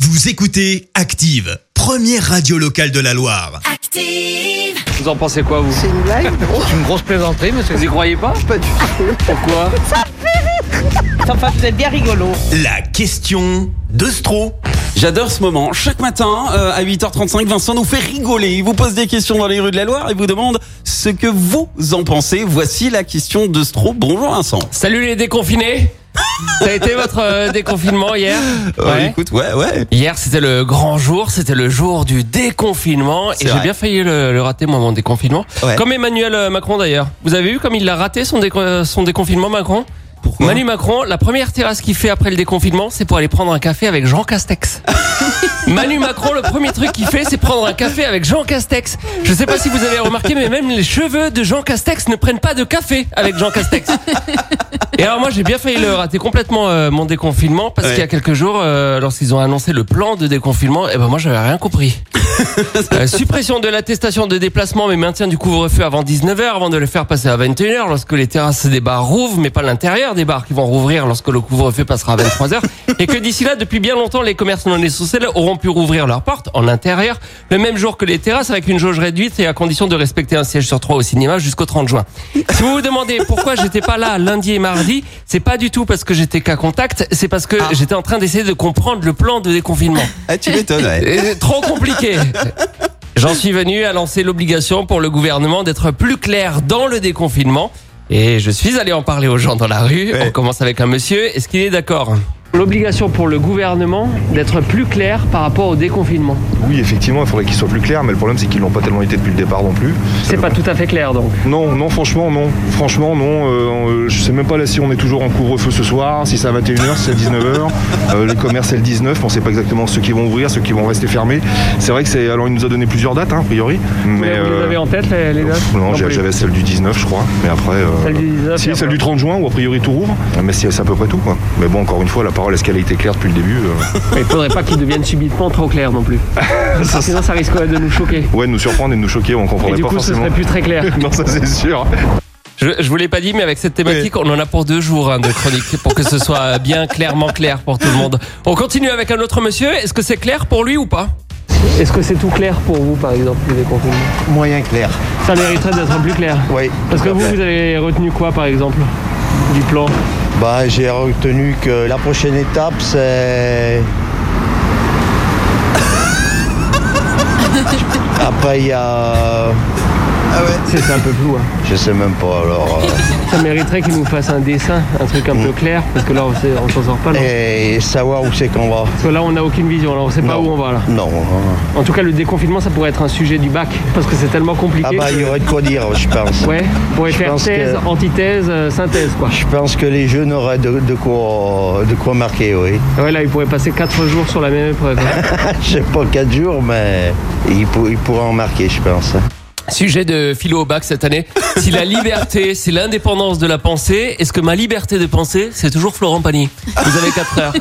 Vous écoutez Active, première radio locale de la Loire. Active. Vous en pensez quoi, vous C'est une blague C'est une grosse plaisanterie, monsieur. Vous y croyez pas Pas du tout. Pourquoi Enfin, vous êtes bien rigolo. La question de Stro. J'adore ce moment. Chaque matin, euh, à 8h35, Vincent nous fait rigoler. Il vous pose des questions dans les rues de la Loire et vous demande ce que vous en pensez. Voici la question de Stro. Bonjour Vincent. Salut les déconfinés Ça a été votre euh, déconfinement hier Euh, écoute, ouais, ouais. Hier c'était le grand jour, c'était le jour du déconfinement C'est et j'ai vrai. bien failli le, le rater moi mon déconfinement. Ouais. Comme Emmanuel euh, Macron d'ailleurs. Vous avez vu comme il l'a raté son, déco- euh, son déconfinement Macron Pourquoi Manu Macron, la première terrasse qu'il fait après le déconfinement, c'est pour aller prendre un café avec Jean Castex. Manu Macron, le premier truc qu'il fait, c'est prendre un café avec Jean Castex. Je sais pas si vous avez remarqué, mais même les cheveux de Jean Castex ne prennent pas de café avec Jean Castex. Et alors moi, j'ai bien failli le rater complètement euh, mon déconfinement parce Ouais. qu'il y a quelques jours, euh, lorsqu'ils ont annoncé le plan de déconfinement, et ben moi, j'avais rien compris. Euh, suppression de l'attestation de déplacement mais maintien du couvre-feu avant 19h avant de le faire passer à 21h lorsque les terrasses des bars rouvrent mais pas l'intérieur des bars qui vont rouvrir lorsque le couvre-feu passera à 23h et que d'ici là depuis bien longtemps les commerces non essentiels auront pu rouvrir leurs portes en intérieur le même jour que les terrasses avec une jauge réduite et à condition de respecter un siège sur trois au cinéma jusqu'au 30 juin. Si vous vous demandez pourquoi j'étais pas là lundi et mardi, c'est pas du tout parce que j'étais qu'à contact, c'est parce que j'étais en train d'essayer de comprendre le plan de déconfinement. Ah, tu m'étonnes, ouais. Eh. Et c'est trop compliqué. J'en suis venu à lancer l'obligation pour le gouvernement d'être plus clair dans le déconfinement. Et je suis allé en parler aux gens dans la rue. Ouais. On commence avec un monsieur. Est-ce qu'il est d'accord L'obligation pour le gouvernement d'être plus clair par rapport au déconfinement. Oui, effectivement, il faudrait qu'ils soient plus clairs, mais le problème c'est qu'ils l'ont pas tellement été depuis le départ non plus. tout à fait clair donc. Non, non, franchement, non. Franchement, non. euh, euh, je sais même pas là si on est toujours en couvre-feu ce soir, si c'est à 21h, si c'est à 19h. Euh, les commerces, c'est le 19. On sait pas exactement ceux qui vont ouvrir, ceux qui vont rester fermés. C'est vrai que c'est. Alors, il nous a donné plusieurs dates, hein, a priori. Mais. euh, en tête les, pff, non, j'ai- j'avais celle du 19, je crois. Mais après. euh, Celle du 19, si, et celle après. du 30 juin, où a priori tout rouvre. Mais c'est c'est à peu près tout, quoi. Mais bon, encore une fois, la parole, est-ce qu'elle a été claire depuis le début euh, Il faudrait pas qu'ils deviennent subitement trop clairs non plus. ça, ça- ça risque de nous choquer. Ouais, de nous surprendre et de nous choquer, on comprendrait pas forcément. très clair. non, ça, c'est sûr. Je, je vous l'ai pas dit, mais avec cette thématique, on en a pour deux jours hein, de chronique pour que ce soit bien clairement clair pour tout le monde. On continue avec un autre monsieur. Est-ce que c'est clair pour lui ou pas Est-ce que c'est tout clair pour vous, par exemple, les contenus Moyen clair. Ça mériterait d'être plus clair. Oui. tout à fait. avez retenu quoi, par exemple, du plan Bah, j'ai retenu que la prochaine étape, c'est. Après, il y a. Ah ouais C'est un peu flou, hein. Je sais même pas, alors. Ça mériterait qu'il nous fasse un dessin, un truc un peu clair, parce que là, on s'en sort pas. euh, Mm. Et savoir où c'est qu'on va. Parce que là, on n'a aucune vision, là, on sait Non. Non. hein. En tout cas, le déconfinement, ça pourrait être un sujet du bac, parce que c'est tellement compliqué. Ah bah, il y aurait de quoi dire, je pense. pourrait Je faire pense que- thèse, antithèse, euh, synthèse, quoi. Je pense que les jeunes auraient de, de quoi, de quoi marquer, oui. Ouais, là, il pourrait passer 4 jours sur la même épreuve. Je sais pas, 4 jours, mais ils, pour- ils pourraient en marquer, je pense. Sujet de philo au bac cette année. Si la liberté, c'est l'indépendance de la pensée, est-ce que ma liberté de penser, c'est toujours Florent Pagny Vous avez 4 heures.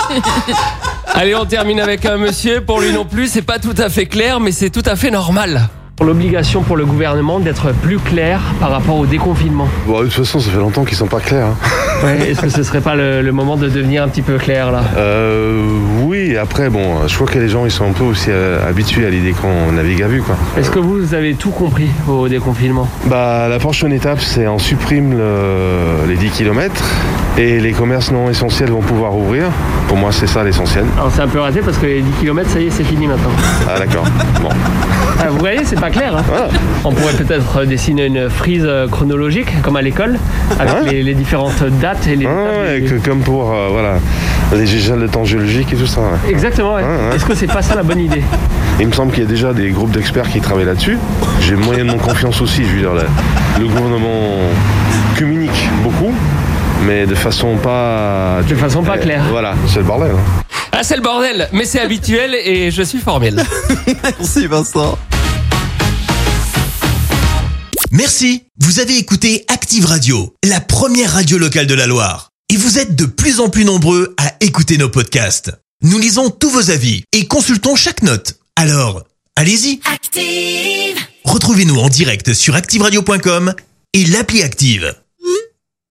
Allez, on termine avec un monsieur. Pour lui non plus, c'est pas tout à fait clair, mais c'est tout à fait normal. L'obligation pour le gouvernement d'être plus clair par rapport au déconfinement. Bon, de toute façon, ça fait longtemps qu'ils sont pas clairs. hein. Est-ce que ce serait pas le, moment de devenir un petit peu clair là Euh, oui, après, bon, je crois que les gens, ils sont un peu aussi euh, habitués à l'idée qu'on navigue à vue, quoi. Est-ce que vous avez tout compris au déconfinement Bah, la prochaine étape, c'est on supprime le- les 10 km et les commerces non essentiels vont pouvoir ouvrir. Pour moi, c'est ça l'essentiel. Alors c'est un peu raté parce que les 10 km, ça y est, c'est fini maintenant. Ah, d'accord. Bon. Ah, vous voyez, c'est pas clair. hein. On pourrait peut-être dessiner une frise euh, chronologique, comme à l'école, avec Ah Ouais. les, les différentes dates et les. Ah, ouais, les- que- comme pour, euh, voilà, les échelles de temps géologique et tout ça. ouais. Exactement, ouais. Ah Ouais, ouais. Est-ce que c'est pas ça la bonne idée Il me semble qu'il y a déjà des groupes d'experts qui travaillent là-dessus. J'ai moyennement confiance aussi, je veux dire, le, le gouvernement communique beaucoup, mais de façon pas... Eh, De façon pas claire. Voilà, c'est le bordel. hein. Ah, c'est le bordel, mais c'est habituel et je suis formel. Merci Vincent. Merci. Vous avez écouté Active Radio, la première radio locale de la Loire. Et vous êtes de plus en plus nombreux à écouter nos podcasts. Nous lisons tous vos avis et consultons chaque note. Alors, allez-y, Active. retrouvez-nous en direct sur activeradio.com et l'appli Active.